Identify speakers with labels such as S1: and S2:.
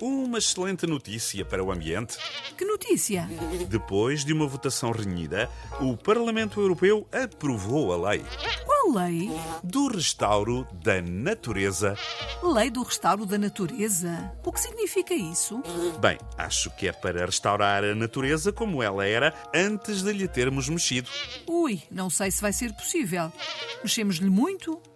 S1: Uma excelente notícia para o ambiente.
S2: Que notícia!
S1: Depois de uma votação renhida, o Parlamento Europeu aprovou a lei
S2: Qual lei?
S1: do restauro da natureza.
S2: Lei do restauro da natureza. O que significa isso?
S1: Bem, acho que é para restaurar a natureza como ela era antes de lhe termos mexido.
S2: Ui, não sei se vai ser possível. Mexemos-lhe muito?